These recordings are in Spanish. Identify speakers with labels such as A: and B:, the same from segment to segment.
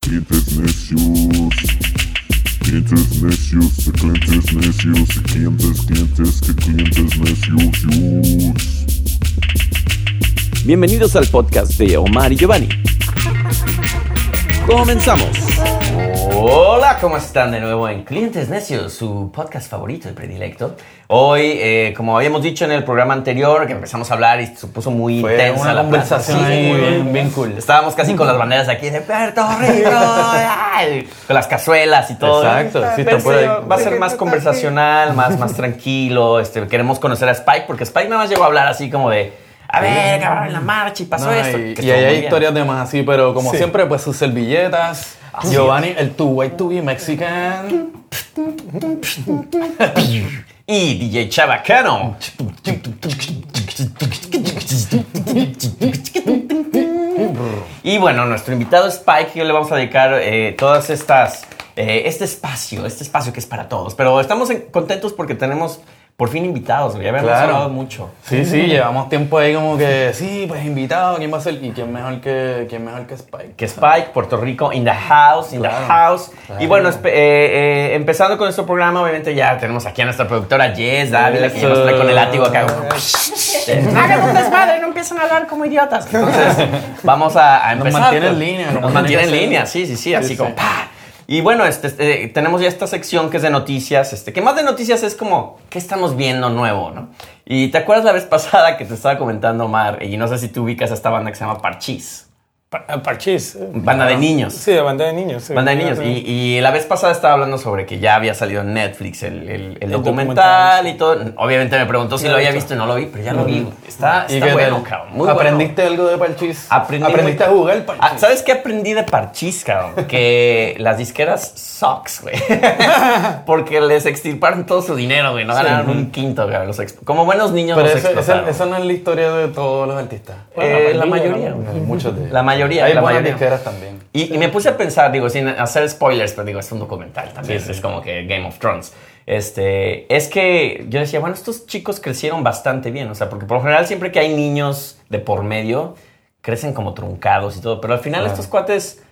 A: clientes necios. Clientes necios, de clientes necios, de clientes, clientes, de clientes necios.
B: Bienvenidos al podcast de Omar y Giovanni. Comenzamos.
C: Hola, ¿cómo están de nuevo en Clientes Necios, su podcast favorito y predilecto? Hoy, eh, como habíamos dicho en el programa anterior, que empezamos a hablar y se puso muy
D: Fue
C: intensa
D: una
C: la
D: conversación
C: plática.
D: ahí,
C: Sí,
D: bien- bien cool.
C: Estábamos casi con las banderas aquí de Puerto Rico, ay, con las cazuelas y todo.
D: Exacto, sí,
C: Pero
D: está por ahí.
C: va a ser más conversacional, más, más tranquilo. Este, queremos conocer a Spike porque Spike nada más llegó a hablar así como de, a ver, acabaron la marcha y pasó
D: No,
C: esto.
D: y
C: que
D: y
C: estuvo
D: ahí
C: muy
D: hay
C: bien.
D: historias de más así, pero como
C: Sí. Ah,
D: siempre, pues sus servilletas. Giovanni, el tu way to be Mexican.
C: y DJ Chabacano. Y bueno, nuestro invitado Spike, yo le vamos a dedicar eh, todas estas, eh, este espacio, este espacio que es para todos. Pero estamos en- contentos porque tenemos por fin invitados, ya habíamos
D: Claro.
C: hablado mucho.
D: Sí, sí, llevamos tiempo ahí como que, sí, pues invitado, ¿quién va a ser? ¿Y quién mejor que, quién mejor que Spike?
C: Que Spike, Puerto Rico, in the house, in the
D: Claro,
C: house. Y
D: claro.
C: bueno, espe- eh, eh, empezando con nuestro programa, obviamente ya tenemos aquí a nuestra productora Jess Dávila, que ya nos trae con el látigo acá. Hagan un desmadre, no empiezan a hablar como idiotas. Entonces, vamos a, a
D: Nos
C: empezar.
D: mantiene en línea,
C: Nos
D: nos
C: mantiene
D: mantiene
C: en
D: en
C: línea,
D: línea.
C: sí, sí, sí, así
D: Sí,
C: como
D: sí.
C: ¡pa! Y bueno, este, este, tenemos ya esta sección que es de noticias, este, que más de noticias es como, ¿qué estamos viendo nuevo, no? Y te acuerdas la vez pasada que te estaba comentando, Omar, y no sé si tú ubicas a esta banda que se llama Parchís.
E: Pa- Parchís.
C: Banda de niños.
E: Sí, banda de niños. sí.
C: Banda de niños. Y, y la vez pasada estaba hablando sobre que ya había salido en Netflix el, el- el documental
E: documental,
C: y todo. Obviamente me preguntó si
E: Ya
C: lo
E: lo
C: había
E: he
C: visto y no lo vi, pero ya lo vi. Está,
D: ¿Y
C: Ah, está
D: qué
C: bueno,
D: tal?
C: cabrón. Muy
D: ¿Aprendiste algo de Parchis?
C: bueno. Aprendí
D: ¿Aprendiste a
C: muy-
D: jugar Parchis?
C: Ah, ¿Sabes qué aprendí de Parchís, cabrón? Que las disqueras sucks, güey. Porque les extirparon todo su dinero, güey. No ganaron un quinto, cabrón. Los ex- Como buenos niños
D: Pero
C: los
D: esa- esa,
C: explotaron.
D: esa no es la historia de todos los artistas.
C: Eh, la
E: la
C: mayoría,
E: mayoría,
C: güey.
D: Muchos de ellos.
C: La mayoría,
D: Hay
C: la
D: buenas
C: mayoría.
D: disqueras también.
C: Y, y me puse a pensar, digo, sin hacer spoilers, pero digo, es un documental también, es como que Game of Thrones. Este, es que yo decía, bueno, estos chicos crecieron bastante bien, o sea, porque por lo general siempre que hay niños de por medio, crecen como truncados y todo, pero al final estos cuates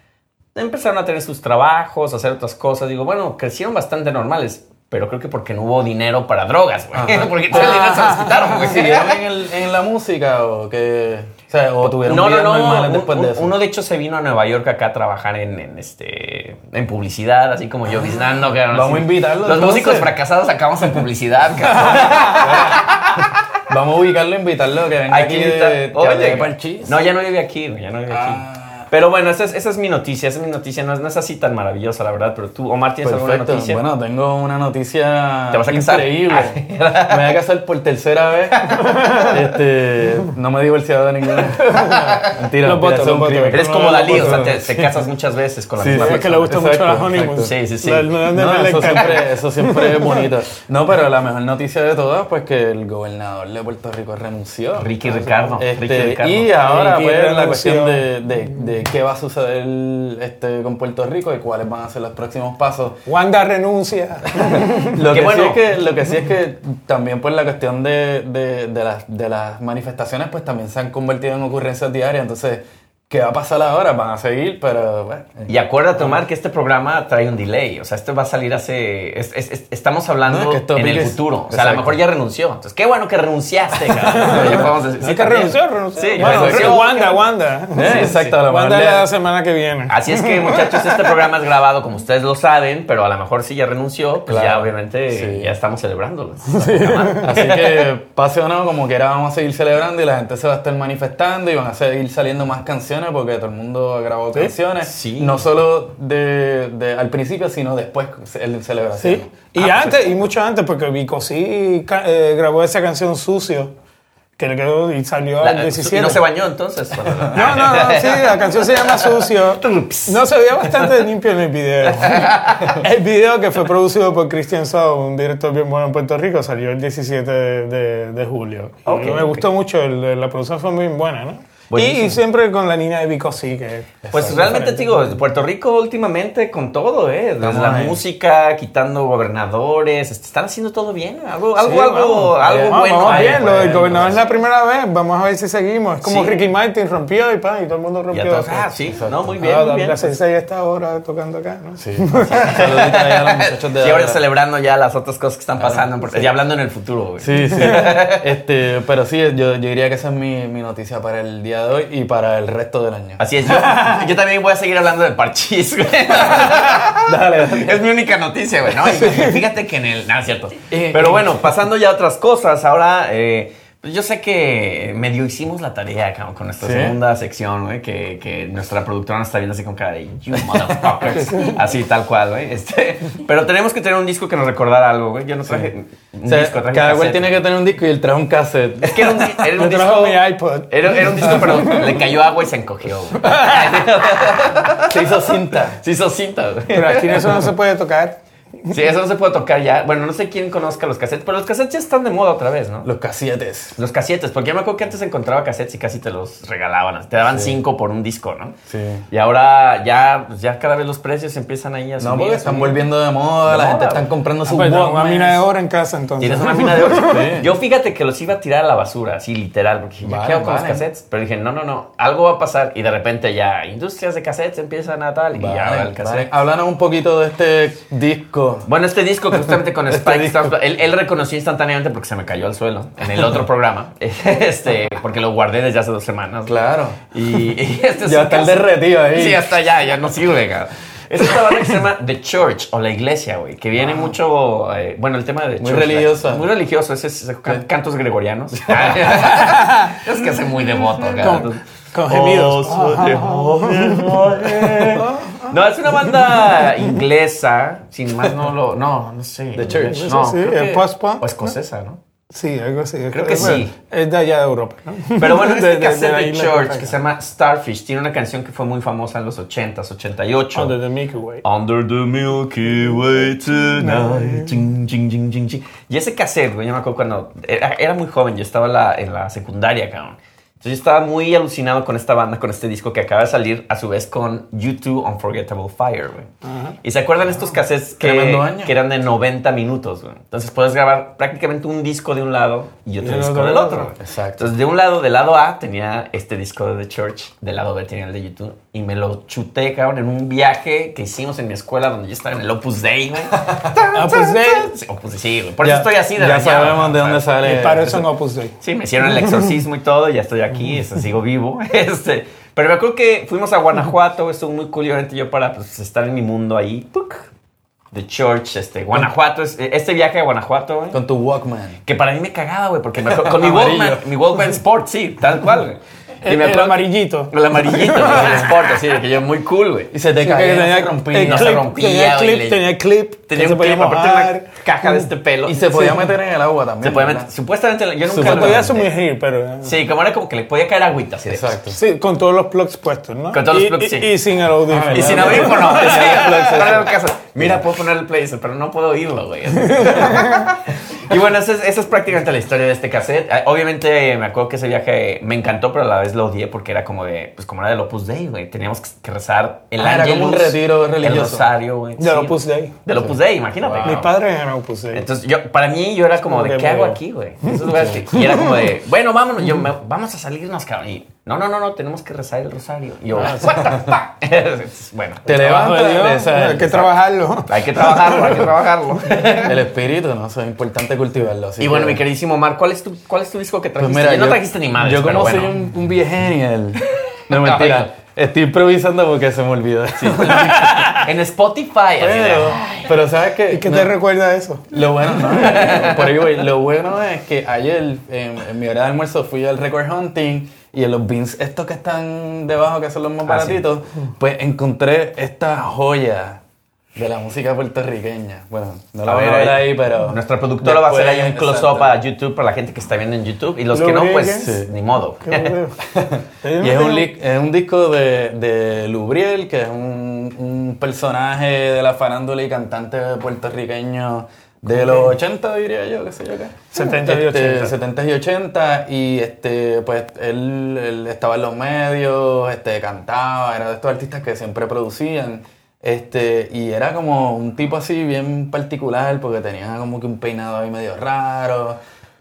C: empezaron a tener sus trabajos, a hacer otras cosas, digo, bueno, crecieron bastante normales, pero creo que porque no hubo dinero para drogas, güey, porque todo el dinero se los quitaron, güey.
D: ¿Siguieron en, el- en la música o que o, sea, o tuvieron
C: No, no,
D: vidas
C: no.
D: normales
C: un-
D: después
C: un-
D: de eso?
C: Uno de hecho se vino a Nueva York acá a trabajar en, en, este en publicidad, así como yo pues, visitando. cabrón,
D: Vamos
C: así.
D: a invitarlo,
C: Los músicos
D: entonces.
C: fracasados acabamos en publicidad. cabrón.
D: Vamos a ubicarlo, invitarlo, que venga
C: Hay
D: aquí
C: que
D: de,
C: invitar-
D: que hable de Parchís.
C: no, ya no vive aquí, güey, ya no vive aquí.
D: Ah.
C: Pero bueno, esa es, esa es mi noticia, esa es mi noticia. No es, no es así tan maravillosa, la verdad. Pero tú, Omar, ¿tienes alguna
D: Perfecto.
C: noticia?
D: Bueno, tengo una noticia
C: ¿Te vas a casar?
D: increíble. Me voy a casar por tercera vez. Este, no me he divorciado de ninguna. mentira, mentira,
E: Los votos,
D: eso es
E: los
D: un
E: votos.
D: crimen.
C: Eres
E: no,
C: como
E: no,
C: Dalí,
E: no,
C: o sea,
E: no.
C: te, te casas muchas veces con la
D: Sí,
C: misma
D: sí,
E: Es que le
C: persona.
E: gusta mucho
D: Exacto,
E: las honeymoons.
C: exacto. Sí, sí, sí.
E: La- la- la-
D: No,
E: la-
D: eso
E: la-
D: siempre, eso siempre es bonito. No, pero la mejor noticia de todas, pues que el gobernador de Puerto Rico renunció.
C: Ricky Ricardo.
D: Este,
C: Ricky Ricardo.
D: y ahora
E: Ricky
D: pues la
E: renunció.
D: cuestión de, de- de qué va a suceder este, con Puerto Rico y cuáles van a ser los próximos pasos.
E: Wanda renuncia.
D: Lo
C: Qué
D: que,
C: bueno.
D: sí es que, lo que sí es que también pues la cuestión de, de- de las, de las manifestaciones pues también se han convertido en ocurrencias diarias. Entonces, ¿qué va a pasar ahora? Van a seguir, pero bueno.
C: Y acuérdate, Omar, que este programa trae un delay. O sea, este va a salir hace. es- es- es- estamos hablando
D: No, es que esto
C: en el
D: pique es-
C: futuro. O sea, a lo
D: Exacto.
C: mejor ya renunció. Entonces, qué bueno que renunciaste, cabrón. Ya podemos decir-
E: Es que
C: también.
E: renunció, renunció.
C: Sí,
E: Bueno,
C: renunció.
E: Wanda, Wanda.
D: Eh, exacto, a lo mejor
E: Wanda
D: le-
E: la semana que viene.
C: Así es que, muchachos, este programa es grabado, como ustedes lo saben, pero a lo mejor sí ya renunció. Pues ya,
D: Claro.
C: obviamente,
D: Sí.
C: ya estamos celebrándolo. Está mal.
D: Así que pase o no, como quiera vamos a seguir celebrando y la gente se va a estar manifestando y van a seguir saliendo más canciones porque todo el mundo grabó canciones.
C: Sí.
D: No solo de, de- al principio, sino después el celebración.
E: Sí. Y
C: Ah,
E: antes, y mucho antes, porque Vico sí ca- eh, grabó esa canción Sucio, que le quedó y salió
C: La-
E: al 17.
C: y no se bañó entonces.
E: No, no, no, sí, la canción se llama Sucio. No, se veía bastante limpio en el video. El video que fue producido por Christian Sao, un director bien bueno en Puerto Rico, salió el 17 de, de- de julio. Y
C: Ok,
E: me
C: ok.
E: gustó mucho, el- la producción fue muy buena, ¿no? Y,
C: Buenísimo.
E: y siempre con la niña de Vico, sí, que
C: Pues realmente, te digo, Puerto Rico últimamente con todo, ¿eh? Desde
D: Estamos
C: la
D: ahí.
C: música, quitando gobernadores, est- están haciendo todo bien. Algo, algo,
D: vamos,
C: algo,
D: bien.
C: algo
D: Vamos,
C: bueno.
E: Vamos
C: hay,
E: bien, lo del
C: bueno.
E: gobernador es la primera vez, vamos a ver si seguimos. Es como
C: Sí.
E: Ricky Martin rompió y pan, y todo el mundo
C: Y
E: rompió.
C: a todos- ah, sí, no, muy bien,
E: Ah,
C: muy bien.
E: La sensei está ahora tocando acá, ¿no?
D: Sí. Saludita ahí a los muchachos de
C: Y ahora
D: Dávila.
C: celebrando ya las otras cosas que están pasando, porque- y hablando en el futuro, güey.
D: Sí, sí. este, pero sí, yo, yo diría que esa es mi, mi noticia para el día de hoy y para el resto del año.
C: Así es, yo, yo también voy a seguir hablando de parchís, güey. Es mi única noticia, güey, ¿no? Y Fíjate que en el... Nada, cierto.
D: Eh,
C: Pero bueno, pasando ya a otras cosas, ahora... eh, pues yo sé que medio hicimos la tarea cabrón, con nuestra
D: ¿Sí?
C: segunda sección, güey, que, que nuestra productora nos está viendo así con cara de you motherfuckers, así tal cual, güey. Este, pero tenemos que tener un disco que nos recordara algo, güey. Yo no traje un
D: O sea,
C: disco, traje
D: cada
C: un
D: cual
C: cassette.
D: tiene que tener un disco y él trae un cassette.
C: Es que era un, di- era un
E: Yo
C: disco...
E: trajo mi iPod.
C: Era, era un disco, pero le cayó agua y se encogió, güey.
D: Se hizo cinta.
C: Se hizo cinta, güey.
E: Pero aquí eso no se puede tocar.
C: Sí, eso no se puede tocar ya. Bueno, no sé quién conozca los cassettes, pero los cassettes ya están de moda otra vez, ¿no?
D: Los cassettes.
C: Los cassettes, porque yo me acuerdo que antes encontraba cassettes y casi te los regalaban. Te daban cinco por un disco, ¿no?
D: Sí.
C: Y ahora ya, pues, ya cada vez los precios empiezan ahí a subir.
D: No, porque
C: a
D: están
C: subir.
D: volviendo de moda,
C: De
D: la gente
C: moda, Ah,
D: está
C: güey.
D: comprando sus
E: Pues, tengo una mina de
D: Walkmans.
E: oro en casa, entonces.
C: Tienes una mina de oro.
D: Sí.
C: Yo fíjate que los iba a tirar a la basura, así literal, porque dije,
D: Vale,
C: ¿qué hago con los
D: vale.
C: cassettes? Pero dije, no, no, no, algo va a pasar. Y de repente ya industrias de cassettes empiezan a tal y
D: Vale,
C: ya ahora el cassette.
D: vale. Háblanos un poquito de este disco.
C: Bueno, este disco que justamente con
D: Este
C: Spike,
D: disco.
C: Jonze- él, él reconoció instantáneamente porque se me cayó al suelo en el otro programa, este, porque lo guardé desde hace dos semanas.
D: Claro.
C: Y, y este es
D: Ya
C: un
D: está el
C: caso-
D: derretido ahí.
C: Sí, hasta allá, ya no sirve, cabrón. Es esta banda que se llama The Church o la iglesia, güey, que viene mucho, eh, bueno, el tema de
D: Ah. Muy
C: church,
D: religiosa.
C: la- Muy religioso, es, es- es can- cantos gregorianos. es que hace muy devoto, cabrón.
E: Con Oh, gemidos.
D: Oh,
C: No, es una banda inglesa, sin más no lo, no, no sé.
D: The Church.
C: no,
E: Sí,
C: creo
E: el
C: que-
E: post-punk,
C: o escocesa, ¿no?
E: Sí, algo así.
C: Creo que
E: Bueno,
C: sí.
E: Es de allá de Europa, ¿no?
C: Pero bueno, este
E: De- de- de
C: cassette
E: la
C: de,
E: isla
C: Church
E: de
C: que se llama Starfish tiene una canción que fue muy famosa en los 80s, 88.
E: Under the Milky Way.
C: Under the Milky Way tonight. Ching, ching, ching, ching, ching. Y ese cassette, güey, yo me acuerdo cuando era, era muy joven, yo estaba en la, en la secundaria, cabrón. Entonces yo estaba muy alucinado con esta banda, con este disco que acaba de salir, a su vez con U2 Unforgettable Fire, güey. ¿Y se acuerdan estos
E: Ah,
C: cassettes que,
D: Tremendo año.
C: que eran de 90 minutos, güey? Entonces puedes grabar prácticamente un disco de un lado y otro
D: Este
E: el
C: disco
E: otro
C: del
E: lado.
C: otro. güey.
D: Exacto.
C: Entonces, de un lado, del lado A tenía este disco de The Church, del lado B tenía el de YouTube, y me lo chuté, cabrón, en un viaje que hicimos en mi escuela donde yo estaba en el Opus Dei, güey.
E: Opus Dei.
C: Sí, Opus Dei, sí, güey. Por eso estoy así de
D: Ya
C: dañado,
D: sabemos
C: ¿no?
D: de dónde sale.
E: Y para eso en Opus Dei.
C: Sí, me hicieron el exorcismo y todo, y ya estoy aquí, este, sigo vivo. Este, pero me acuerdo que fuimos a Guanajuato, estuvo muy cool, y obviamente yo para pues, estar en mi mundo ahí, ¡puc! The Church, este, Guanajuato, es- este viaje a Guanajuato, güey.
D: Con tu Walkman.
C: Que para mí me cagaba, güey, porque me, con mi
D: Amarillo.
C: Walkman, mi Walkman Sport, sí, tal cual, güey. Y
E: El,
C: me
E: el
C: acuerdo-
E: amarillito.
C: El amarillito, güey, el Sport, así, de que yo muy cool, güey.
D: Y se te
E: Sí, que
D: caía,
E: tenía-
D: se rompía.
E: el
C: no se
E: clip,
C: rompía,
E: Tenía
C: güey,
E: clip,
C: le-
E: tenía clip.
C: Tenía
E: que se
C: un
E: podía
C: clip, aparte
E: mojar.
C: una caja de este pelo.
D: Y se podía
C: Sí.
D: meter en el agua también.
C: Se podía
D: ¿verdad?
C: meter, supuestamente, yo nunca
E: Se
C: lo
E: podía
C: inventé.
E: sumergir, pero... eh,
C: Sí, como era como que le podía caer agüita, así de-
D: Exacto.
E: Sí, con todos los plugs puestos, ¿no?
C: Con todos los
E: Y-
C: plugs,
E: y-
C: sí. Ah,
E: Y sin el audífono.
C: Y sin
D: no,
C: abrir,
D: no.
C: pues, no.
D: Sí,
C: Sí,
D: sí,
C: no le hago caso. Mira, puedo poner el play, dice, pero no puedo oírlo, güey. Y bueno, esa es, esa es prácticamente la historia de este cassette. Ah, Obviamente, eh, me acuerdo que ese viaje me encantó, pero a la vez lo odié porque era como de, pues como era del Opus Dei, güey. Teníamos que, que rezar el
D: Ah, era como un
C: Ángelus,
D: retiro religioso.
C: El rosario, güey.
E: Del Opus Dei.
C: Del Opus Dei, imagínate.
D: Wow.
E: Mis
C: cabrón.
E: padres eran Opus Dei.
C: Entonces, yo, para mí, yo era como de,
E: Como que
C: ¿qué hago
E: medio-
C: aquí, güey? Esos lugares que- Y era como de, bueno, vámonos, yo, me- vamos a salirnos, cabrón. Y, no, no, no, no, tenemos que rezar el rosario. Y yo, what the fuck? bueno,
D: Ah, Te
E: Trabajo de Dios,
D: levantas.
E: Hay que trabajarlo.
C: hay que trabajarlo, hay que trabajarlo.
D: El espíritu, ¿no? Eso es importante cultivarlo. así
C: y bueno,
D: que-
C: mi queridísimo Mar, ¿cuál es tu, cuál es tu disco que
D: Pues
C: trajiste?
D: mira,
C: Yo no trajiste ni madres,
D: Yo
C: pero
D: como
C: bueno.
D: soy un, un viegenial. No, mentira. Estoy improvisando porque se me olvidó.
C: En Spotify, así de,
D: pero, pero ¿sabes qué?
E: ¿Y qué
D: No,
E: te recuerda eso?
D: Lo bueno, no, por ahí voy. Lo bueno es que ayer, en, en mi hora de almuerzo, fui al record hunting y en los beans estos que están debajo, que son los más
C: Ah, sí.
D: baratitos, pues encontré esta joya de la música puertorriqueña. Bueno, no la
C: A
D: voy a
C: ver,
D: ver
C: ahí.
D: ahí, pero...
C: Nuestra productora va a hacer ahí
D: después-
C: un
D: exacto.
C: close-up a YouTube para la gente que está viendo en YouTube. Y los
E: Lo
C: que no,
E: vi,
C: pues,
D: ¿qué?
C: ni modo.
E: Qué aburrido.
D: Y es un, lic- es un disco de, de Lubriel, que es un, un personaje de la farándula y cantante puertorriqueño de los 80, diría yo, qué sé yo qué.
E: 70 y
D: Este,
E: 80.
D: 70 y 80, y este, pues él, él estaba en los medios, este, cantaba, era de estos artistas que siempre producían. Este, y era como un tipo así bien particular, porque tenía como que un peinado ahí medio raro,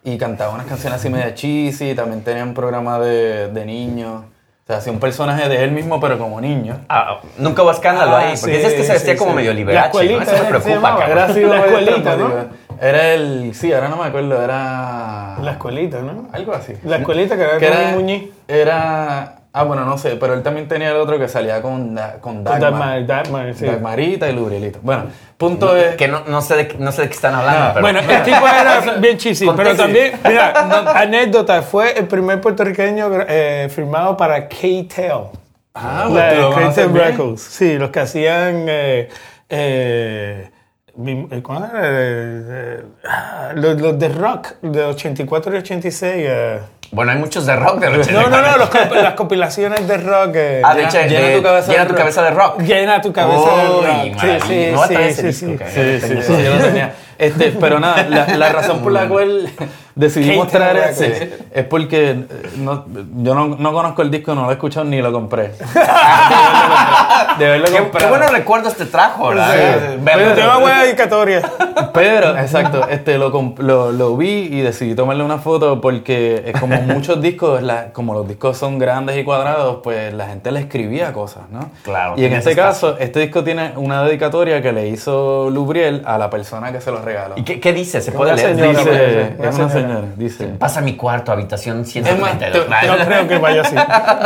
D: y cantaba unas canciones así medio cheesy, también tenía un programa de, de niños. O sea, hacía un personaje de él mismo, pero como niño.
C: Ah, nunca hubo escándalo
E: Ah,
C: ahí, porque
E: sí,
C: ese es que se
E: sí,
C: vestía como
E: sí.
C: medio
E: La
C: liberace, ¿no?
E: escuelita,
C: Eso me
E: ¿era que se
C: preocupa,
E: llamaba?
D: Era
C: cabrón.
D: así,
E: La
D: medio
E: escuelita, ¿no?
D: traumático. Era el, sí, ahora no me acuerdo, era...
E: La escuelita, ¿no?
D: Algo así.
E: La escuelita que
D: Que
E: era
D: era,
E: con Muñiz.
D: era. Ah, bueno, no sé, pero él también tenía el otro que salía con, Da- con Dagmar.
E: Dagmar, Dagmar, sí.
D: Dagmarita y Lubrielito. Bueno, punto es.
C: Que no, no sé de, no sé de qué están hablando,
D: Ah,
C: pero...
E: Bueno, el tipo era bien cheesy, pero
C: Contexto.
E: también, mira, no- anécdota, fue el primer puertorriqueño eh, firmado para K-Tel.
D: Ah,
E: La
D: pues, tú
E: de
D: lo vas a
E: Crazy
D: hacer bien.
E: Records. Sí, los que hacían. Eh, eh, bim- eh, ¿cuál era? Eh, eh, ah, los, los de rock de 84 y 86. eh.
C: Bueno, hay muchos de rock de los
E: No,
C: 80.
E: no, no, los comp- las compilaciones de rock. eh.
C: Ah, de
D: Llena-
C: hecho,
D: llena
C: de-
D: tu cabeza
C: llena
D: de
C: tu
D: rock.
C: cabeza de rock.
E: Llena tu cabeza
C: Uy,
E: de rock.
C: maravilla. Me voy a traer ese disco, cabrón.
D: Sí, sí, sí, yo lo tenía. Este, pero nada, la, la razón por la cual decidimos
E: Qué
D: traer
E: interesante.
D: ese es porque eh, no- yo no, no conozco el disco, no lo he escuchado ni lo compré. De verlo
C: Qué,
D: compré.
C: qué buenos recuerdos te trajo, ¿verdad? Eh,
E: Sí.
C: Ver-
E: Pero te va a buena dedicatoria.
D: Pero, exacto, este, lo, comp- lo, lo vi y decidí tomarle una foto porque es como muchos discos, la- como los discos son grandes y cuadrados, pues la gente le escribía cosas, ¿no?
C: Claro,
D: Y en
C: en
D: este
C: ese
D: caso, este disco tiene una dedicatoria que le hizo Lubriel a la persona que se lo regaló.
C: ¿Y qué, qué dice? ¿Se puede
E: Una
C: leer?
E: señora,
D: dice,
E: una
C: Dice,
E: señora,
D: es una
E: una
D: señora, dice...
C: pasa a mi cuarto, habitación
D: más,
C: 132.
D: te-
E: No creo que vaya así.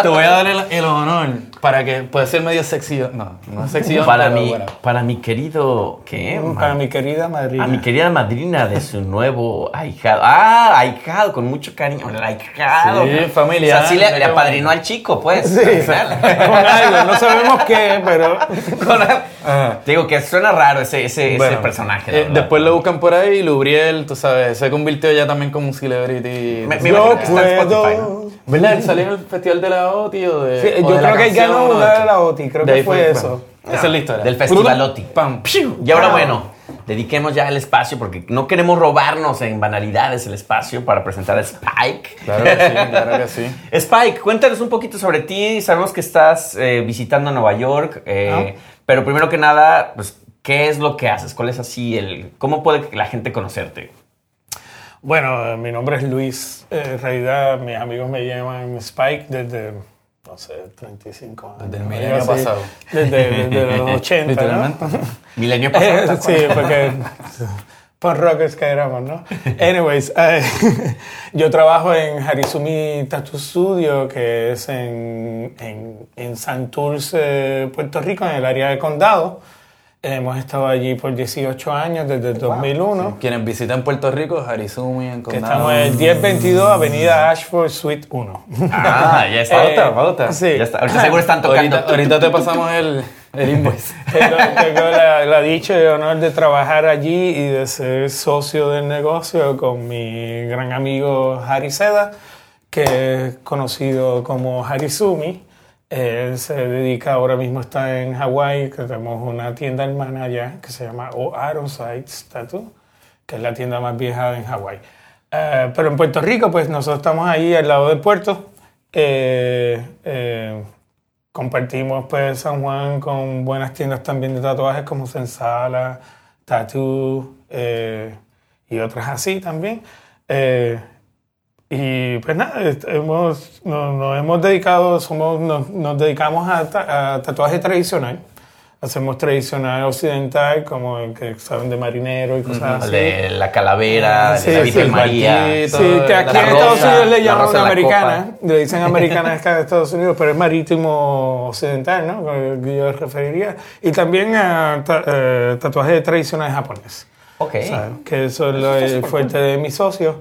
D: Te voy a dar el, el honor para que puede ser medio sexy. No, no es sexy.
C: para,
D: pero
C: mi,
D: bueno.
C: para mi querido... ¿Qué?
E: Para mi querida Madrid.
C: A mi querida madrina de su nuevo ahijado. Ah, ahijado, con mucho cariño. El ahijado.
D: Sí, familiar.
C: O sea, sí le, le apadrinó al chico, pues.
E: Sí,
C: al
E: con
C: final.
E: algo, no sabemos qué, pero.
C: Con la-
D: Ajá.
C: Te digo que suena raro ese, ese,
D: Bueno,
C: ese personaje. la
D: eh,
C: verdad.
D: después lo buscan por ahí, Lubriel, tú sabes, se convirtió ya también como un celebrity.
C: Me- me
E: Yo
C: imagino que está en Spotify, ¿no?
E: puedo.
D: ¿Verdad? Él salió en el festival de la OTI o de.
E: Sí,
D: o
E: yo
D: de la
E: creo que él
D: canción,
E: ganó
D: ¿no?
E: una de la OTI, creo
D: De
E: que
D: ahí
E: fue eso.
D: bueno, Esa es la historia.
C: Del Festival OTI.
D: Pam.
C: ¡Piu! Y ahora, bueno, dediquemos ya el espacio porque no queremos robarnos en banalidades el espacio para presentar a Spike.
D: Claro que sí, claro que sí.
C: Spike, cuéntanos un poquito sobre ti. Sabemos que estás eh, visitando Nueva York,
E: Ah.
C: eh, pero primero que nada, pues, ¿qué es lo que haces? ¿Cuál es así el. ¿Cómo puede la gente conocerte?
E: Bueno, eh, mi nombre es Luis. Eh, En realidad, mis amigos me llaman Spike desde, no sé, 35 años.
D: Desde el
E: algo
D: milenio
E: así.
D: pasado.
E: Desde, desde los 80.
D: Eh, Literalmente.
E: ¿no?
C: Milenio
E: Eh,
C: pasado.
E: sí, porque punk rockers que éramos, ¿no? Anyways, eh, yo trabajo en Harizumi Tattoo Studio, que es en, en, en Santurce, Puerto Rico, en el área del condado. Hemos estado allí por 18 años, desde el 2001.
D: Quienes visitan Puerto Rico, Harizumi, en
E: Que
D: Condado.
E: estamos en el 1022 Avenida Ashford Suite 1.
C: Ah, ya está.
E: Eh,
D: Pauta, pauta.
E: sí.
C: Ya está. Ahorita seguro están tocando.
D: Ahorita, ahorita te pasamos el, el invoice.
E: Tengo, tengo la, la dicha y el honor de trabajar allí y de ser socio del negocio con mi gran amigo Harry Seda, que es conocido como Harizumi. Él se dedica, ahora mismo está en Hawái, que tenemos una tienda hermana allá que se llama O'Aaron Sites Tattoo, que es la tienda más vieja en Hawái. Eh, pero en Puerto Rico, pues nosotros estamos ahí al lado del puerto. Eh, eh, compartimos pues San Juan con buenas tiendas también de tatuajes como Sensala, Tattoo eh, y otras así también. Eh, y pues nada, est- hemos, nos, nos hemos dedicado, somos, nos, nos dedicamos a, ta- a tatuaje tradicional. Hacemos tradicional occidental, como el que saben de marinero y
C: El
E: cosas así.
C: de la calavera,
E: Sí,
C: de la Virgen
E: sí,
C: María.
D: cualquier-
E: Sí, que
D: la
E: aquí en
C: rosa,
E: Estados Unidos le
C: la
E: llaman
C: rosa de la
E: americana, le dicen americana acá en Estados Unidos, pero es marítimo occidental, ¿no? Con el que yo referiría. Y también a ta- eh, tatuajes tradicionales japoneses,
C: Ok.
E: ¿sabes? que eso es lo el fuerte de mis socios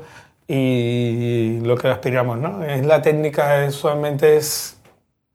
E: y lo que aspiramos, ¿no? Es la técnica es- usualmente es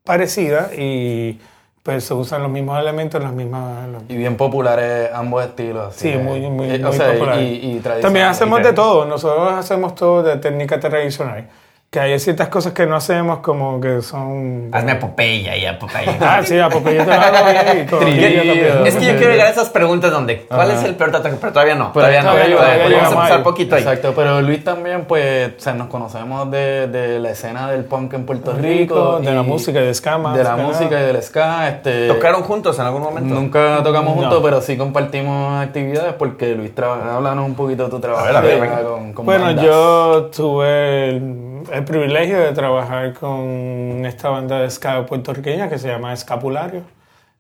E: parecida y pues se usan los mismos elementos, las mismas... los-
D: Y bien populares ambos estilos. así
E: Sí,
D: que-
E: muy, muy,
D: eh,
E: muy
D: o sea,
E: popular.
D: Y, y tradicional.
E: También hacemos
D: Y
E: de
D: tra-
E: todo, nosotros hacemos todo de técnica tradicional. que hay ciertas cosas que no hacemos como que son...
D: Ah,
C: Hazme a Popeye y a Popeye.
E: Ah, sí, a Popeye te lo hago bien. y con-
D: Trillo.
E: yo también.
C: Es que yo quiero llegar a esas preguntas donde, ¿cuál es el peor tatuaje? Pero todavía no, todavía no.
E: todavía no, todavía
C: Podemos
E: llegamos
C: empezar
E: ahí.
C: poquito ahí.
D: Exacto, pero Luis también, pues, o sea, nos conocemos de, de la escena del punk en Puerto Rico.
E: de la música y de ska, más
D: De la
E: que nada.
D: música y del ska. Este,
C: ¿Tocaron juntos en algún momento?
D: Nunca tocamos
E: No.
D: juntos, pero sí compartimos actividades porque Luis trabaja. Háblanos un poquito de tu trabajo.
C: ver, a ver,
D: de-
C: venga.
D: con- con
E: Bueno,
D: bandas.
E: yo tuve el, el privilegio de trabajar con esta banda de ska puertorriqueña que se llama Escapulario.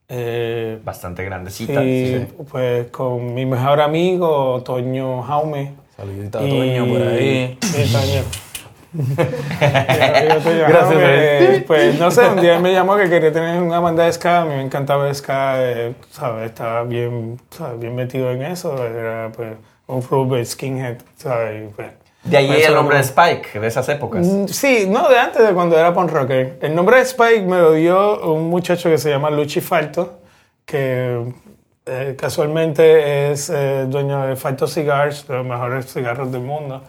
E: Eh,
C: Bastante grandecita.
E: y pues con mi mejor amigo, Toño Jaume.
D: Saludito a Toño por ahí.
E: Sí, Toño. Mi amigo Toño
D: Gracias,
E: Jaume,
D: eh.
E: eh, Pues no sé, un día él me llamó que quería tener una banda de ska. A mí me encantaba el ska, eh, ¿sabes? Estaba bien, ¿sabes? bien metido en eso. Era pues un fruit skinhead, ¿sabes? Y, pues,
C: De ahí
E: pues,
C: el
E: era
C: nombre de
E: como-
C: Spike, de esas épocas.
E: Mm, Sí, no, de antes de cuando era punk rocker. El nombre de Spike me lo dio un muchacho que se llama Luchi Falto, que eh, casualmente es eh, dueño de Falto Cigars, los mejores cigarros del mundo.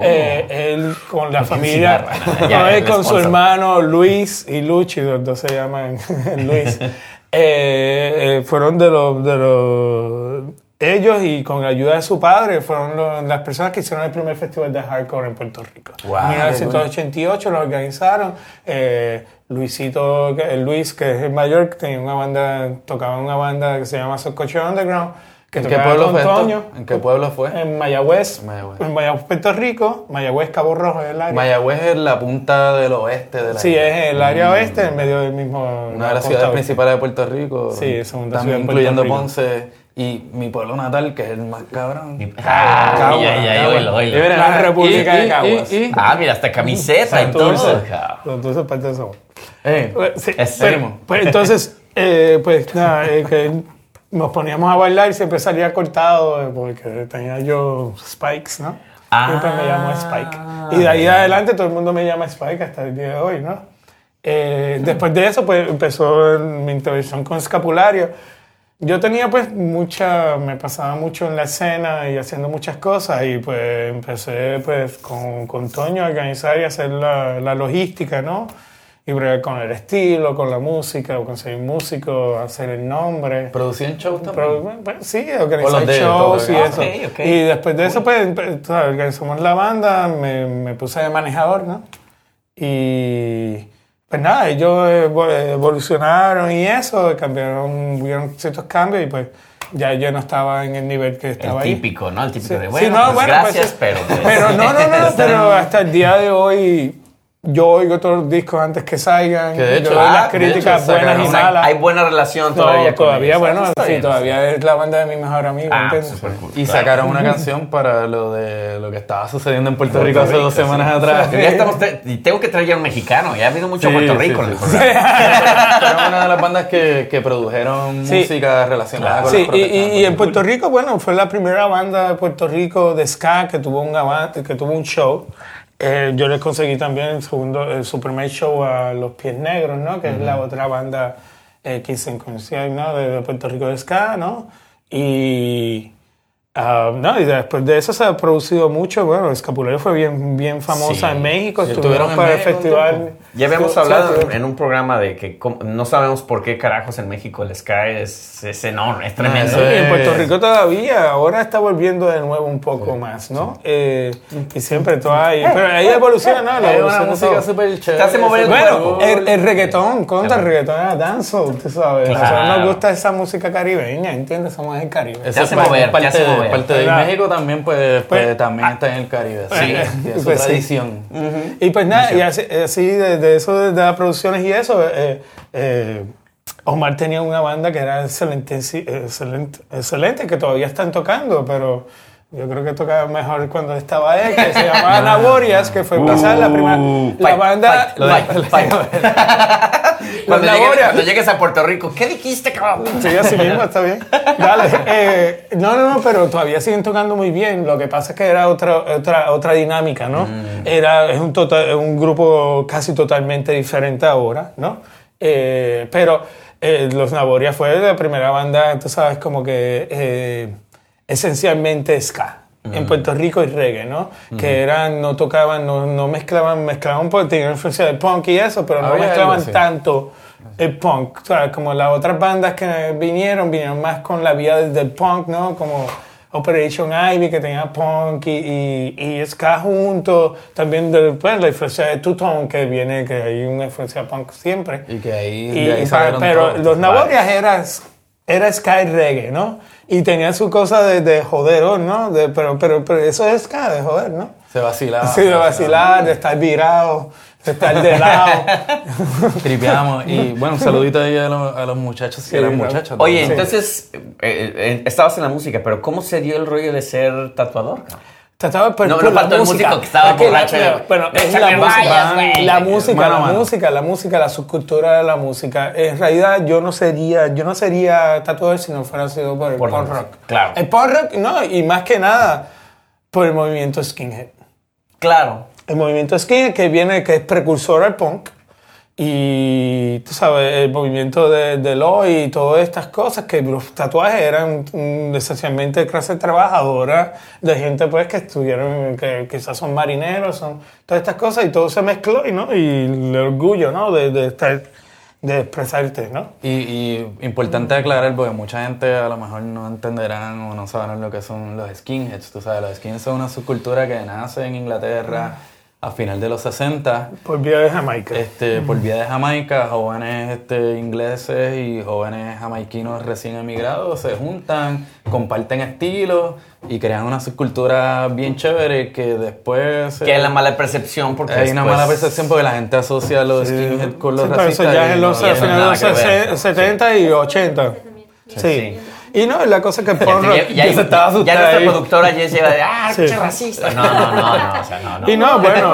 E: Eh, él con la familia,
C: cigarro. Oh. Ya,
E: no, él
C: el
E: con su
C: sponsor.
E: hermano Luis y Luchi, los dos se llaman Luis, eh, eh, fueron de los... De los ellos y con la ayuda de su padre fueron lo- las personas que hicieron el primer festival de hardcore en Puerto Rico.
C: Wow.
E: En 1988 lo organizaron. eh, Luisito, que- eh, Luis, que es el mayor, que tenía una banda, tocaba en una banda que se llama Socoche Underground, que
D: ¿En qué
E: tocaba
D: pueblo
E: con
D: fue
E: Toño.
D: esto? ¿En qué pueblo fue?
E: En Mayagüez,
D: En Mayagüez.
E: en Mayagüez, Puerto Rico, Mayagüez, Cabo Rojo es el área.
D: Mayagüez es la punta del oeste de la
E: sí,
D: isla.
E: es el área oeste, en medio del mismo.
D: Una de las
E: costa
D: ciudades
E: oeste.
D: principales de Puerto Rico.
E: Sí, es segunda
D: También
E: ciudad de
D: incluyendo
E: Puerto
D: Ponce y mi pueblo natal, que es el más cabrón.
C: Ah,
E: Caguas,
C: ya, ya,
E: Caguas.
C: oílo, oílo.
D: Y mira,
E: La
D: mira,
E: República de Caguas.
D: y-
C: Ah, mira, hasta camiseta y todo.
E: Santurce.
C: cabrón.
E: Entonces, parte de eso.
D: Eh,
E: Eh, sí,
C: Es
E: pero-
C: emo.
E: pues entonces, eh, pues nada, eh, que nos poníamos a bailar y siempre salía cortado eh, porque tenía yo spikes, ¿no?
C: Ah.
E: Siempre me llamo Spike. Y de ahí adelante todo el mundo me llama Spike hasta el día de hoy, ¿no? Eh, después de eso, pues empezó mi intervención con escapulario. Yo tenía pues mucha, me pasaba mucho en la escena y haciendo muchas cosas y pues empecé pues con, con Toño a organizar y hacer la, la logística, ¿no? Y bregar con el estilo, con la música, o conseguir músicos, hacer el nombre.
D: ¿Producían shows también?
E: Pero, bueno, pues, sí, organizar
D: Con los dedos,
E: shows y
D: ok,
E: eso.
C: ok.
E: Y después de eso, pues, empe- o sea, organizamos la banda, me, me puse de manejador, ¿no? Y pues nada, ellos evo- evolucionaron y eso, cambiaron, hubieron ciertos cambios y pues ya yo no estaba en el nivel que
C: El
E: estaba ahí.
C: típico, ¿no? El típico de,
E: Sí,
C: bueno,
E: no,
C: pues
E: bueno, pues,
C: gracias,
E: sí.
C: pero... pues,
E: Pero no, no, no,
C: está-
E: pero hasta el día de hoy yo oigo todos los discos antes que salgan.
D: Que de hecho,
E: yo doy
D: ah,
E: las
D: de hecho,
E: críticas
D: sacaron-
E: buenas y
C: o sea,
E: malas.
C: Hay buena relación
E: No,
C: todavía
E: todavía,
C: con ellos.
E: bueno,
C: Eso está
E: sí,
C: bien,
E: todavía es la banda de mi mejor amigo,
C: Ah,
E: ¿entiendes?
C: súper cool.
D: Y
C: claro.
D: sacaron una canción para lo de lo que estaba sucediendo en Puerto Rico hace dos semanas atrás.
C: Ya estamos tra- y tengo que traer ya un mexicano. Ya ha habido mucho
D: Sí,
C: Puerto
D: sí,
C: Rico en
D: sí,
C: el
D: sí.
C: programa.
D: Fueron una de las bandas que, que produjeron
E: Sí.
D: música relacionada con
E: Sí,
D: las
E: y,
D: protestas
E: y- y en Puerto Rico, bueno, fue la primera banda de Puerto Rico de ska que tuvo un, avance, que tuvo un show. Eh, yo les conseguí también el, segundo, el su primer show a Los Pies Negros, ¿no? Que es la otra banda eh, que se conocía, ¿no? De, de Puerto Rico de ska, ¿no? Y... ah, no, y después de eso se ha producido mucho. Bueno, Escapulario fue bien, bien famosa
C: Sí.
E: en México.
D: Sí, estuvieron
E: Estuvieron
D: en
E: para el
D: México un
E: festival.
D: tiempo.
C: Ya habíamos
E: Sí,
C: hablado
E: sí,
C: en- en un programa de que cómo- no sabemos por qué carajos en México el Sky es, es enorme,
E: Ah,
C: es tremendo.
D: eso
E: Y
D: es-
E: en Puerto Rico todavía, ahora está volviendo de nuevo un poco más, ¿no? Eh, y siempre todo ahí. Pero ahí evoluciona, ¿no? La
D: Hay Eh. una
E: evolución
D: música
E: todo.
D: súper chévere.
C: hace mover el
E: Bueno,
C: cuerpo.
E: el, el reggaetón, contra el reggaetón era danzo, tú sabes. Nosotros
C: Claro.
E: nos gusta esa música caribeña, ¿entiendes? Somos del Caribe.
D: Eso
C: Te hace
D: es pa-
C: mover, te
D: parte,
C: hace
D: de-
C: mover.
D: parte de y
E: Claro.
D: México también, pues, pues,
E: Pues,
D: también está en el Caribe.
E: pues,
D: Sí,
E: eh,
D: y es su
E: pues, sí.
D: tradición.
E: Y pues nada, y así, así de, de eso, de, de las producciones y eso, eh, eh, Omar tenía una banda que era excelente, excelente, excelente, que todavía están tocando, pero yo creo que tocaba mejor cuando estaba él, que se llamaba Naborias, que fue pasar la primera, la
C: Ah. Uh, Fight,
E: banda...
C: fight, fight, fight. cuando,
E: Los
C: llegue-
E: Laborias.
C: cuando llegues a Puerto Rico, ¿qué dijiste, cabrón?
E: Sí, así mismo, está bien. Dale. Eh, no, no, no, pero todavía siguen tocando muy bien. Lo que pasa es que era otra, otra, otra dinámica, ¿no?
D: Mm.
E: Era, es un, total- es un grupo casi totalmente diferente ahora, ¿no? Eh, pero eh, Los Naboria fue la primera banda, tú sabes, como que eh, esencialmente ska.
D: Mm.
E: en Puerto Rico y reggae, ¿no? Que eran, no tocaban, no, no mezclaban, mezclaban porque tenían influencia del punk y eso, pero no
D: Había algo
E: mezclaban
D: así.
E: tanto el punk. O sea, como las otras bandas que vinieron, vinieron más con la vía del punk, ¿no? Como Operation Ivy, que tenía punk y, y, y ska juntos. También del- pues, la influencia de Tutón, que viene, que hay una influencia punk siempre.
D: Y que ahí,
E: Y-
D: de ahí
E: y
D: salieron
E: pa- pero
D: todos.
E: los Naborias eran era Sky Reggae, ¿no? Y tenían su cosa de, de joderón, ¿no? De- pero, pero, pero eso es Sky, de joder, ¿no?
D: Se vacilaba.
E: sí, de vacilar, de estar virado, de estar de lado.
D: Tripeamos. Y bueno, un saludito ahí a los, a los muchachos,
E: Sí,
D: que eran
E: claro.
D: muchachos.
C: Oye,
D: también.
C: entonces eh, eh, estabas en la música, pero ¿cómo se dio el rollo de ser tatuador? cabrón?
E: Trataba por,
C: No,
E: por
C: no
E: la
C: faltó el
E: música.
C: músico que estaba
E: Es que la-
C: borracho.
E: la- bueno, es
C: Échame
E: la
C: rayas,
E: música,
C: güey.
E: la música,
D: Mano,
E: la
D: mano.
E: música, la música, la subcultura de la música. En realidad yo no sería, yo no sería tatuador si no fuera sido por el
C: Por la
E: punk rock.
C: música, claro.
E: El punk rock, no, y más que nada por el movimiento skinhead.
C: Claro.
E: El movimiento skinhead que viene, que es precursor al punk. Y tú sabes, el movimiento de, de Loy y todas estas cosas, que los tatuajes eran mm, esencialmente de clase trabajadora, de gente pues que estuvieron, que quizás son marineros, son todas estas cosas, y todo se mezcló, y, ¿no? Y el orgullo, ¿no? De, de estar, de expresarte, ¿no?
D: Y, y importante aclarar, porque mucha gente a lo mejor no entenderán o no sabrán lo que son los skinheads. Tú sabes, los skinheads son una subcultura que nace en Inglaterra a final de los 60.
E: Por vía de Jamaica.
D: Este, por vía de Jamaica, jóvenes este, ingleses y jóvenes jamaiquinos recién emigrados se juntan, comparten estilos y crean una subcultura bien chévere que después... eh,
C: Que hay la Pues, mala percepción porque
D: hay una
C: después-
D: mala percepción porque la gente asocia a los skinheads con los
E: Sí, pero eso
D: racistas.
E: ya
D: y
E: en los
D: no
E: a
D: tiene
E: finales
D: nada
E: de los
D: que ver.
E: se- 70 y 80. Sí. Y no, la cosa que el punk rock-
C: Ya, ya,
E: se estaba
C: ya
E: asustada
C: nuestra
E: ahí.
C: productora Jessy iba de, ah,
E: Sí.
C: pinche racista. No, no, no, no, o sea, no, no.
E: Y no, bueno,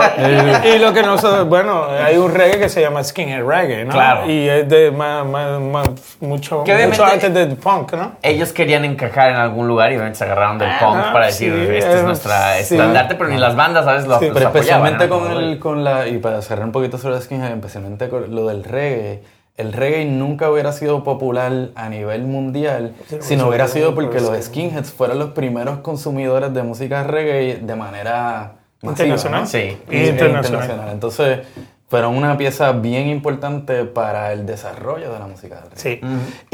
E: y lo que nosotros, bueno, hay un reggae que se llama skinhead reggae, ¿no?
C: Claro.
E: Y es de más, más, más- mucho,
C: Que obviamente-
E: mucho antes del punk, ¿no?
C: Ellos querían encajar en algún lugar y obviamente se agarraron del punk
E: no,
C: para
E: sí,
C: decir, este es
E: eh,
C: nuestra
E: sí.
C: estandarte, pero ni las bandas a veces lo
E: Sí,
C: los
D: Pero
C: apoyaban,
D: especialmente
C: ¿no?
D: con, el, con la. Y para cerrar un poquito sobre la skinhead, especialmente con lo del reggae. El reggae nunca hubiera sido popular a nivel mundial si no hubiera sido porque los skinheads fueron los primeros consumidores de música reggae de manera masiva,
E: Internacional.
D: ¿no?
C: Sí.
D: Y-
E: Y
D: e
E: internacional.
D: Entonces, fueron una pieza bien importante para el desarrollo de la música del reggae.
E: Sí.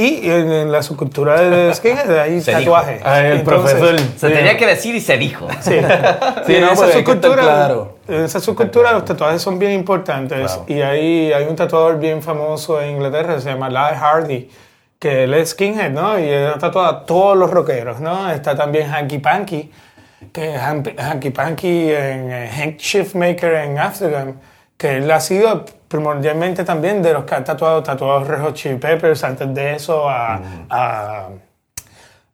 E: Y en, en la subcultura del skinhead hay
C: Se
E: tatuajes.
D: dijo. Ah, el profesor.
C: Se tenía que decir y se dijo.
E: Sí.
D: Sí,
E: Y
D: no,
E: en
D: porque hay
E: esa
D: que estar
E: subcultura,
D: claro.
E: en esa subcultura los tatuajes son bien importantes. Y ahí hay un tatuador bien famoso en Inglaterra que se llama Lyle Hardy, que él es skinhead, ¿no? Y él ha tatuado a todos los rockeros, ¿no? Está también Hanky Panky, que es Han- Hanky Panky en eh, Handkerchief Maker en Amsterdam, que él ha sido primordialmente también de los que ha tatuado, tatuado a Red Hot Chili Peppers, antes de eso a...
D: Mm.
E: a-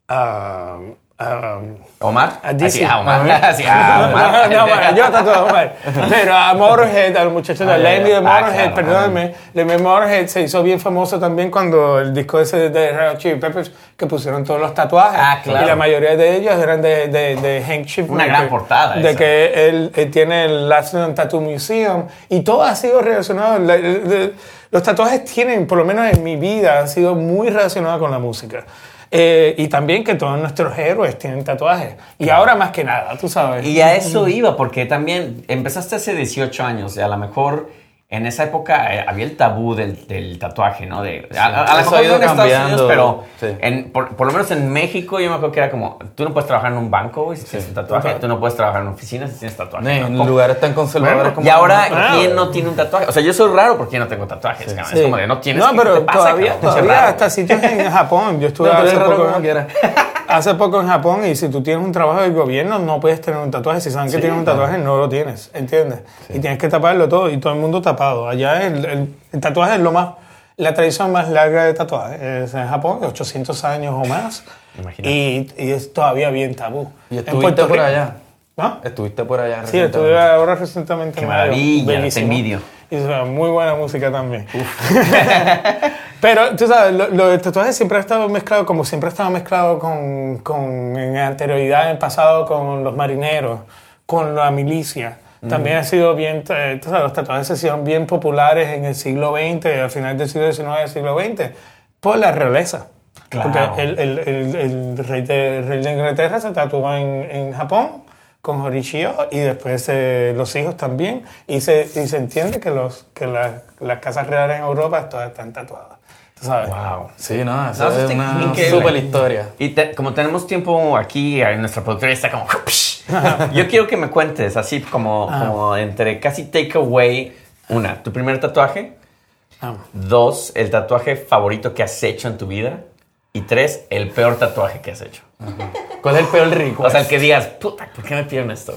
E: a- a
C: Omar.
E: A
C: Así,
E: DC.
C: ah, Omar. Así, ah, Omar.
E: No, no, bueno, yo tatuado mal. Pero a Motorhead, al muchacho de
C: Ah, ya,
E: Lenny
C: ya.
E: de
C: Ah,
E: Motorhead,
C: claro.
E: perdóname, Lemmy Motorhead se hizo bien famoso también cuando el disco ese de Red Hot Chili Peppers que pusieron todos los tatuajes.
C: Ah, claro.
E: Y la mayoría de ellos eran de, de, de Hank Chip.
C: Una gran portada
E: De
C: esa.
E: que él, él tiene el Latin Tattoo Museum y todo ha sido relacionado. la- la- la- los tatuajes tienen, por lo menos en mi vida, han sido muy relacionados con la música. Eh, y también que todos nuestros héroes tienen tatuajes. Y ahora más que nada, tú sabes.
C: Y a eso iba, porque también empezaste hace 18 años y a lo mejor en esa época eh, había el tabú del, del tatuaje, ¿no? De, a- a, a
D: Eso
C: lo mejor
D: ha ido
C: no en Estados Unidos,
D: cambiando,
C: pero
D: sí.
C: en- por, por lo menos en México yo me acuerdo que era como, tú no puedes trabajar en un banco güey, si tienes un tatuaje, tú no puedes trabajar en oficinas si tienes tatuaje.
D: Ni
C: ¿no?
D: En
C: Como-
D: lugares tan conservadores como.
C: y ahora,
E: Claro.
C: ¿quién no tiene un tatuaje? O sea, yo soy raro porque yo no tengo tatuajes, cabrón. Es como de no tienes.
E: No,
C: ¿qué
E: pero
C: te pasa,
E: todavía,
C: cabrón?
E: todavía
C: Pinche raro.
E: hasta sitios en Japón. Yo
D: No,
E: estuve
D: tú eres
E: hace
D: raro
E: poco-
D: como quieras.
E: Hace poco en Japón, y si tú tienes un trabajo del gobierno, no puedes tener un tatuaje. Si saben que tienes un tatuaje, no lo tienes, ¿entiendes? Y tienes que taparlo todo, y todo el mundo tapado. Allá el, el- el tatuaje es lo más, la tradición más larga de tatuaje. Es en Japón, 800 años o más,
C: Imagínate.
E: y, y es todavía bien tabú.
D: Y
E: En
D: estuviste
E: Puerto
D: por
E: Rico- ¿Ah?
D: allá.
E: ¿No?
D: Estuviste por allá.
E: Sí,
D: recientemente.
E: estuve ahora recientemente.
C: Qué
E: en Mayo.
C: maravilla, te
E: Bellísimo.
C: envidio.
E: Y o sea, muy buena música también. Pero tú sabes, lo, lo del tatuaje siempre ha estado mezclado, como siempre ha estado mezclado con, con- en anterioridad, en el pasado, con los marineros, con la milicia.
C: Mm.
E: También ha sido bien, eh, tú sabes, los tatuajes se hicieron bien populares en el siglo XX, al final del siglo XIX, del siglo XX, por la realeza.
C: Claro.
E: Porque el, el- el- el rey, de, el rey de Inglaterra se tatuó en, en Japón con Horishio y después eh, los hijos también. Y se, y se entiende que, los, que las- las casas reales en Europa todas están tatuadas. ¿Tú sabes?
C: Wow.
D: Sí, no, esa
C: No, eso
D: es
C: está
D: una
C: increíble.
D: super historia.
C: Y te- como tenemos tiempo aquí, eh, nuestra productora está como... Yo quiero que me cuentes, así como,
E: Ah.
C: como entre casi takeaway, una, tu primer tatuaje,
E: Vamos.
C: dos, el tatuaje favorito que has hecho en tu vida, y tres, el peor tatuaje que has hecho.
D: ¿Cuál es el peor rico?
C: O sea, el que digas, puta, ¿por qué me pidieron esto?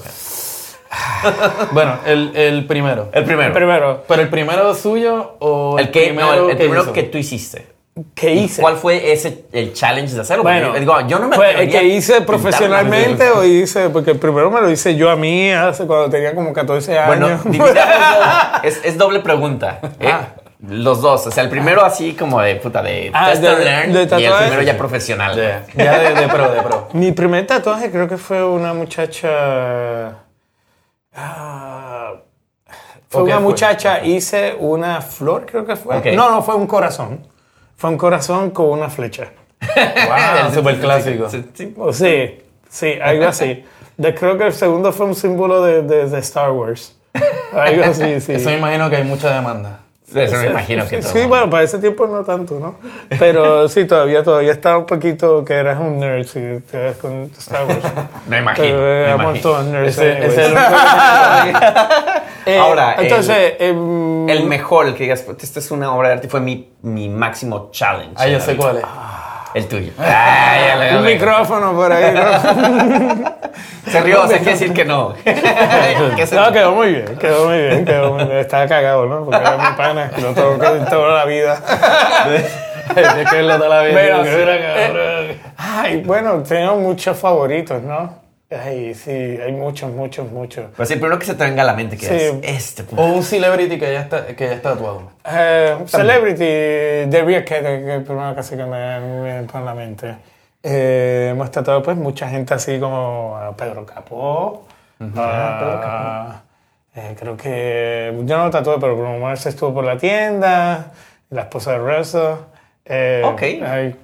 D: bueno, el, el primero.
C: El primero. El,
E: Primero,
D: ¿Pero el primero suyo o el,
C: que,
D: primero
C: no, el- el
D: que
C: primero
D: hizo?
C: que tú hiciste.
E: ¿qué hice?
C: ¿Cuál fue ese el challenge de hacerlo? Porque
E: Bueno,
C: yo- digo, yo no me
E: fue el
C: atrevería
E: que
C: a
E: hice
C: pintar una
E: profesionalmente
C: mierda.
E: o hice, porque el primero me lo hice yo a mí hace cuando tenía como 14
C: Bueno,
E: años.
C: dividamos- es, es doble pregunta. ¿eh? Los dos. O sea, el primero así como de puta de
E: Ah,
C: test and
E: de-
C: learn
E: de
C: y el
E: tatuaje.
C: primero ya profesional.
D: Yeah, Ya de, de pro, de pro.
E: Mi primer tatuaje creo que fue una muchacha. ah, fue
D: Ok,
E: una
D: fue,
E: muchacha, hice una flor, creo que fue.
C: Ok.
E: No, no, fue un corazón. Fue un corazón con una flecha.
D: Wow, super clásico.
C: Sí, sí.
E: O sí, sí, algo así. De- creo que el segundo fue un símbolo de, de- de Star Wars. Algo así, sí.
D: Eso me imagino que hay mucha demanda.
C: Eso me imagino que todo.
E: Sí, bueno, para ese tiempo no tanto, ¿no? Pero sí, todavía, todavía estaba un poquito que eras un nerd si te vas con Star Wars.
C: Me imagino.
E: Pero eh,
C: me
E: éramos
C: imagino.
E: todos nerds.
D: Ese-
E: anyways.
D: ese es el
E: Eh,
C: Ahora, el-
E: entonces, em,
C: El mejor, el que digas, "Puta, esta es una obra de arte, fue mi, mi máximo challenge.
D: Ah, yo
C: en la
D: sé
C: vida".
D: cuál es.
C: El tuyo. Ah, ya le-
E: un micrófono por ahí. ¿no?
C: Se rió, o sea, quiere decir que no. Que se-
E: No, quedó muy bien, quedó muy bien, quedó muy bien. Estaba cagado, ¿no? Porque era mi pana, que lo tengo que toda la vida.
D: Es que es la de la vida.
E: Pero,
D: que era,
E: eh,
D: cabrón.
E: Ay, bueno, tengo muchos favoritos, ¿no? Ay, sí, hay muchos, muchos, muchos.
C: Pero sí, el primero que se te venga a la mente que
E: Sí.
C: es este. puta.
D: O un celebrity que ya está, que ya está tatuado.
E: Eh, celebrity, Debbie Arquette, que es el primero casi que me me viene por la mente. Eh, hemos tratado pues mucha gente así como a Pedro Capó. a- eh, creo que yo no lo tatué, pero Bruno Mars estuvo por la tienda, la esposa de Russell. Eh,
C: Ok.
E: hay,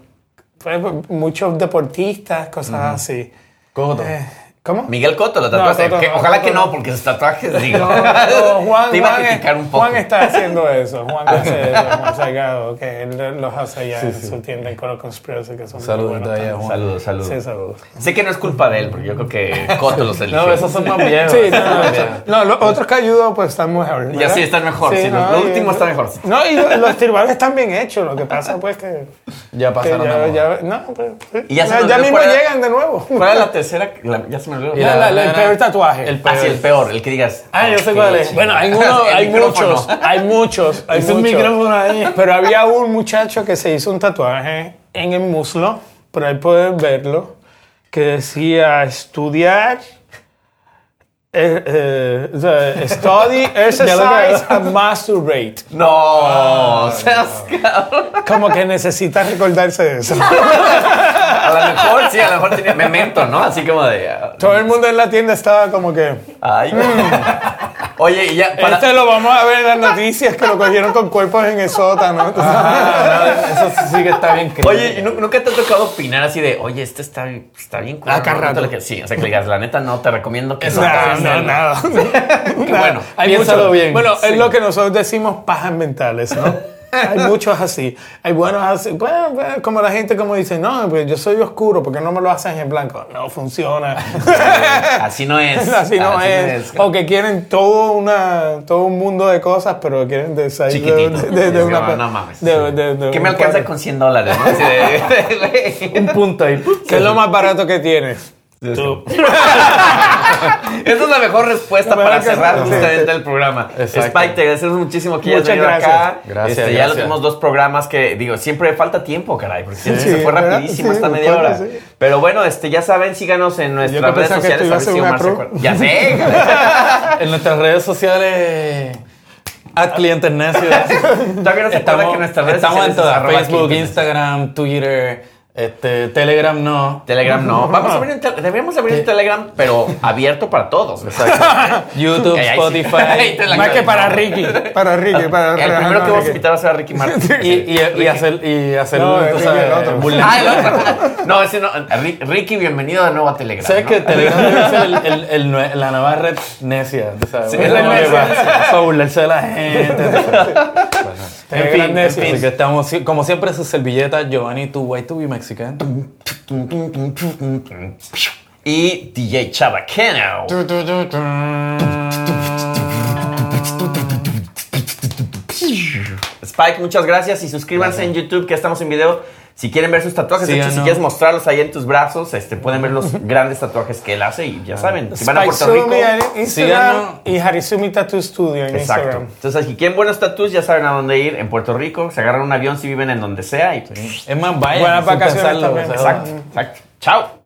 E: pues, muchos deportistas, cosas así.
D: Coto.
E: Eh, ¿Cómo?
C: Miguel Cotto lo tatuaste.
E: Cotto
C: Que-
E: no,
C: ojalá
E: Cotto
C: que no,
E: no.
C: porque sus tatuajes, digo.
E: No, no, Juan,
C: te iba a
E: Juan es-
C: criticar un poco. Ah.
E: Juan está haciendo eso. Juan hace eso, Juan Salgado, que él los hace allá en su tienda en Coro Conspiracy, que son muy
D: Saludos
E: buenos
D: de allá,
E: también.
D: Juan.
C: Saludos, saludos.
E: Sí, saludos.
C: Sé que no es culpa de él, porque yo creo que Cotto los eligió.
D: No, esos son más viejos.
E: Sí,
D: esos son
E: no,
D: más
E: no,
D: viejos.
E: no, los otros que ayudo pues están mejor. ¿verdad?
C: sí, están mejor, sí, los- los
E: y-
C: últimos están mejor, sí.
E: No, y lo- los tribales están bien hechos, lo que pasa pues que...
D: Ya
E: que
D: pasaron de
E: ya,
D: moda.
E: ya, no, pues, sí.
C: Y ya se
E: Ya-
C: nos
E: ya
C: olvidó
E: mismo
C: cuál era-
E: llegan de nuevo.
C: ¿Cuál era la tercera? La- ya se me olvidó.
D: Y la-
E: La- la- el peor tatuaje.
D: El peor.
C: Ah, sí, el peor, el que digas.
D: Ah, yo sé cuál es.
E: Bueno, hay, uno-
C: El
E: hay
C: micrófono.
E: muchos, hay muchos, hay
D: Es un
E: muchos.
D: micrófono ahí.
E: Pero había un muchacho que se hizo un tatuaje en el muslo, por ahí pueden verlo, que decía estudiar, eh, eh, o sea, study, exercise and masturbate.
C: No,
E: Ah,
C: seas cabrón.
E: Como que necesita recordarse de eso.
C: A lo mejor, sí, a lo mejor tenía memento, ¿no? Así como de. ah,
E: Todo el mundo en la tienda estaba como que,
C: Ay. Oye, y ya. Para,
E: este lo vamos a ver en las noticias que lo cogieron con cuerpos en el sótano.
D: Ah, no, eso sí que está bien creepy.
C: Oye, ¿y nu- ¿nunca te ha tocado opinar así de, oye, este está, está bien cool?
D: Ah, cada rato.
C: Sí, o sea, que le digas, la neta no, te recomiendo que
E: No,
C: hagas
E: no,
C: eso".
E: nada.
C: Qué bueno.
E: Hay
D: Piénsalo
E: muchos-
D: bien.
E: Bueno,
D: Sí.
E: es lo que nosotros decimos pajas mentales, ¿no? Hay muchos así. Hay buenos así. Bueno, bueno, como la gente como dice, no, pues yo soy oscuro, ¿por qué no me lo haces en blanco? No funciona.
C: Así no es.
E: así no es. O que quieren todo, una, todo un mundo de cosas, pero quieren de salir de,
C: Chiquitito.
E: de- de- de
C: Es
E: una...
C: que, no mames.
E: de- de- de
C: ¿Qué
E: un
C: me alcanza
E: cuadro.
C: con 100 dólares? no? Así de-
D: un punto ahí.
E: ¿Qué es lo más barato que tienes? Tú.
C: Esa es la mejor respuesta
E: Me
C: para
E: alcanza-
C: cerrar
E: Sí,
C: justamente
E: sí.
C: el programa.
D: Exacto.
C: Spike, te agradecemos muchísimo que hayas
E: Muchas
C: venido
E: gracias.
C: acá.
D: Gracias,
C: Este, Ya
D: gracias.
C: los últimos dos programas que, digo, siempre falta tiempo, caray, porque siempre se
E: sí,
C: fue
E: ¿verdad?
C: rapidísimo
E: Sí,
C: esta
E: me
C: media hora.
E: acuerdo, sí.
C: Pero bueno, este, ya saben, síganos en nuestras redes
E: pensaba que
C: sociales.
E: esto iba a
C: ver
E: ser
C: si
E: una
C: Omar se
E: pro.
C: acuerda. Ya sé.
D: En nuestras redes sociales. At clientes necios.
C: Todavía no se acuerda que nuestras redes
D: estamos
C: sociales
D: en todas.
C: es arroba
D: Facebook,
C: clientes.
D: Instagram, Twitter, Este, Telegram no.
C: Telegram no. Vamos a abrir un tel- deberíamos abrir un Telegram, pero abierto para todos.
D: YouTube,
C: Ahí sí. Ahí
D: Spotify.
C: te la
E: Más que
C: creo.
E: para Ricky. Para Ricky, para
C: Ah, El
E: para-
C: primero que
E: para
C: vamos a
E: Ricky.
C: invitar va a ser a Ricky Martin.
D: y, y, y hacer, y hacer
E: No,
D: tú
E: Ricky,
D: sabes,
E: el otro.
D: burla.
C: Ah, el otro. No, ese no. Ri- Ricky, bienvenido de nuevo a Telegram.
D: ¿Sabes
C: ¿no?
D: que Telegram debe ser el- el- el nue- la nueva red necia? ¿tú sabes?
C: Sí,
D: Bueno,
C: es la
D: como
C: necia.
D: que Para, para burlarse de la gente. ¿tú sabes? En
E: Telegram
D: fin, en
E: necio.
D: fin. Así que estamos, si- como siempre, sus servilletas, Giovanni, tu white, to be mexican.
C: Y DJ Chabacano. Spike, muchas gracias y suscríbanse en YouTube que estamos en video. Si quieren ver sus tatuajes, de hecho,
D: Síganos.
C: si quieres mostrarlos ahí en tus brazos, este, pueden ver los grandes tatuajes que él hace y ya saben, si van a Puerto Rico.
E: Harizumi en Instagram
D: síganos.
E: y Harizumi Tattoo Studio en
C: Exacto.
E: Instagram.
C: Entonces, si quieren buenos tatuajes, ya saben a dónde ir en Puerto Rico. Se agarran un avión si viven en donde sea y
D: Es más, vayan
E: Buenas
D: sin
E: vacaciones
D: pensarlo,
E: también.
D: o sea,
C: Exacto, exacto. Chao.